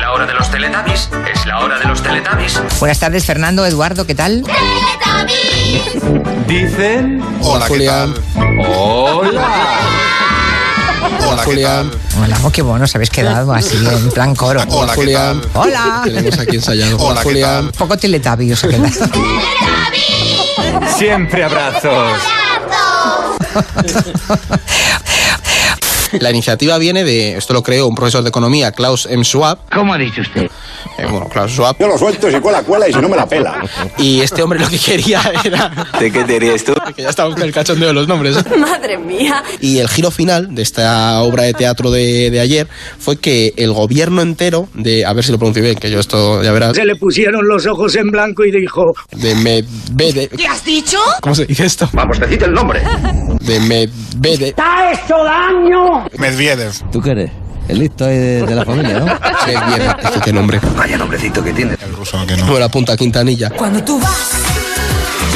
la hora de los Teletubbies, es la hora de los Teletubbies. Buenas tardes, Fernando, Eduardo, ¿qué tal? Dicen. Hola, ¿qué Julián. tal? Hola. Hola, ¿qué Julián. tal? Hola, oh, qué bueno, os habéis quedado así en plan coro. Hola, ¿qué Julián. tal? Hola. Tenemos aquí ensayado. Hola, ¿qué Julián. tal? Un poco ¿eh? teletabi os ha quedado. Siempre abrazos. La iniciativa viene de, esto lo creó un profesor de economía, Klaus M. Schwab. ¿Cómo ha dicho usted? Eh, bueno, Klaus Schwab. Yo lo suelto si cuela, cuela y si no me la pela. Y este hombre lo que quería era. ¿De qué te dirías tú? Que ya estamos con el cachondeo de los nombres. Madre mía. Y el giro final de esta obra de teatro de, de ayer fue que el gobierno entero de. A ver si lo pronuncio bien, que yo esto ya verás. le pusieron los ojos en blanco y dijo... De Medvedev. ¿Qué has dicho? ¿Cómo se dice esto? Vamos, decid el nombre. De Medvedev. ¡Está hecho daño! Medvedev. ¿Tú qué eres? El listo ahí de, de la familia, ¿no? Medvedev. Esto qué este nombre. Vaya nombrecito que tiene. El ruso que no. Bueno, apunta Quintanilla. Cuando tú vas,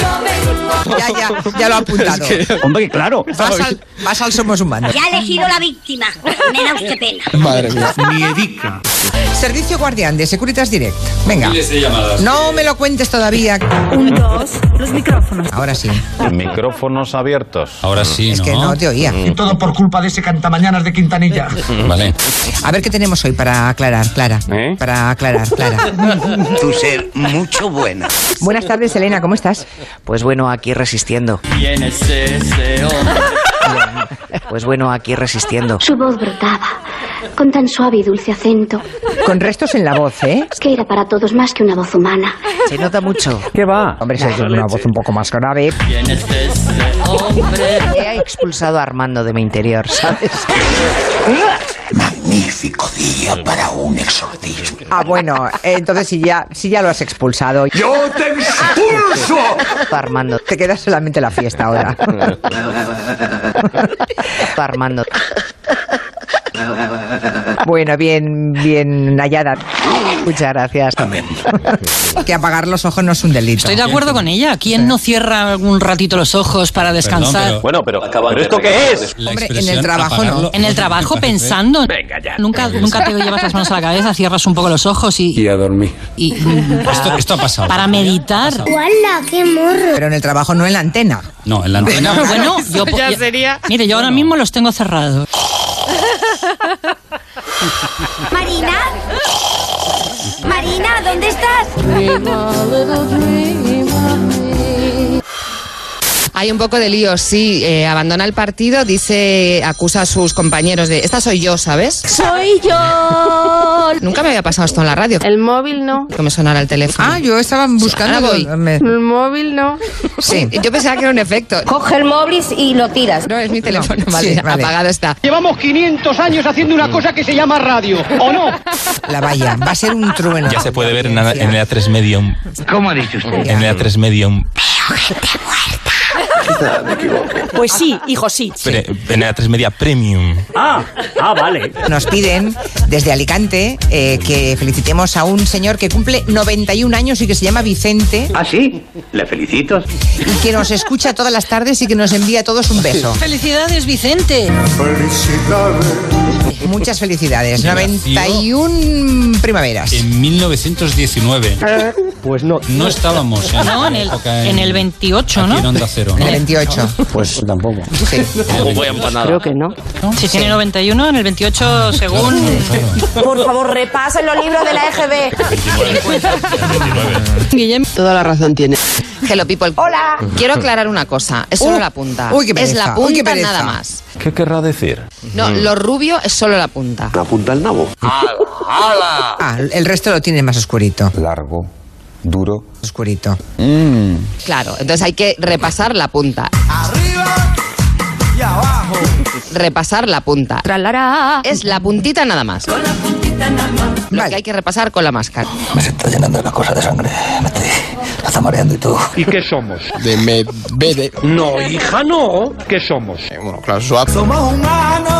yo vengo. Ya, ya, ya lo ha apuntado. Es que- Hombre, claro. Vas al, vas al Somos Humanos. Ya ha elegido la víctima. Me da usted pena. Madre mía. Servicio Guardián de Securitas Direct. Venga. No me lo cuentes todavía. Un, dos, los micrófonos. Ahora sí. Micrófonos abiertos. Ahora sí, Es que no te oía. Todo por culpa de ese cantamañanas de Quintanilla. Vale. A ver qué tenemos hoy para aclarar, Clara. ¿Eh? Para aclarar, Clara. Tú ser mucho buena. Buenas tardes, Elena, ¿cómo estás? Pues bueno, aquí resistiendo. Pues bueno, aquí resistiendo. Su voz brotaba, con tan suave y dulce acento, Con restos en la voz, ¿eh? que era para todos más que una voz humana. Se nota mucho. ¿Qué va? Hombre, esa es una voz un poco más grave. He expulsado a Armando de mi interior, ¿sabes? Ah, bueno, entonces si ya, si ya lo has expulsado, ¡Yo te expulso! Armando. te queda solamente la fiesta ahora. Armando. Bueno, bien, bien hallada. Muchas gracias. Que apagar los ojos no es un delito. Estoy de acuerdo con ella. ¿Quién no cierra algún ratito los ojos para descansar? Bueno, pero, ¿pero esto qué es? Hombre, en el trabajo no. En el trabajo pensando. Venga ya. Nunca, nunca te llevas las manos a la cabeza, cierras un poco los ojos y. Y a dormir. Esto, esto ha pasado. para meditar. ¡Hola, qué morro! Pero en el trabajo no en la antena. No, en la antena. Bueno, yo po- ya sería. Mire, yo ahora mismo los tengo cerrados. Marina, Marina, ¿dónde estás? Hay un poco de lío, sí. eh, abandona el partido, dice, acusa a sus compañeros de, esta soy yo, ¿sabes? Soy yo. Nunca me había pasado esto en la radio. El móvil no, Que me sonara el teléfono. Ah, yo estaba buscando. Ahora voy. Me- el móvil no. Sí. Yo pensaba que era un efecto. Coge el móvil y lo tiras. No, es mi teléfono, No, vale, sí, vale. apagado está. Llevamos 500 años haciendo una cosa que se llama radio, ¿o no? La valla. Va a ser un trueno. Ya se puede ver en, la- en el A3 Medium. ¿Cómo ha dicho usted? En el A3 Medium. Pues sí, hijo, sí. pre- en el A3 Media Premium. Ah, ah, vale. Nos piden desde Alicante eh, que felicitemos a un señor que cumple 91 años y que se llama Vicente ¿Ah, sí? Le felicito. y que nos escucha todas las tardes y que nos envía a todos un beso. Felicidades, Vicente. Muchas felicidades. 91 primaveras. En 1919. Pues no. No estábamos en, No, en el, época en el 28, aquí en ¿no? Onda Cero. En ¿no? el 28. Pues tampoco. Sí. voy a empanada. que no. Si tiene 91, en el Ah, 28 según... Por favor, repasen los libros de la EGB. Guillem. Toda la razón tiene. Hello people. Hola. Quiero aclarar una cosa. Es solo la punta. Uh, uy, qué es pereza, la uy, qué punta pereza. nada más. ¿Qué querrá decir? No, lo rubio es solo la punta. La punta al nabo. Ah, el resto lo tiene más oscurito. Largo, duro. Oscurito. Claro, entonces hay que repasar la punta. Arriba y abajo. Repasar la punta. Es la puntita nada más. Lo que Vale. hay que repasar con la máscara. ¿Y qué somos? De Medvedev. Eh, No, hija, no. Oh, ¿Qué somos? Eh, bueno, Klaus Schwab. Somos humanos.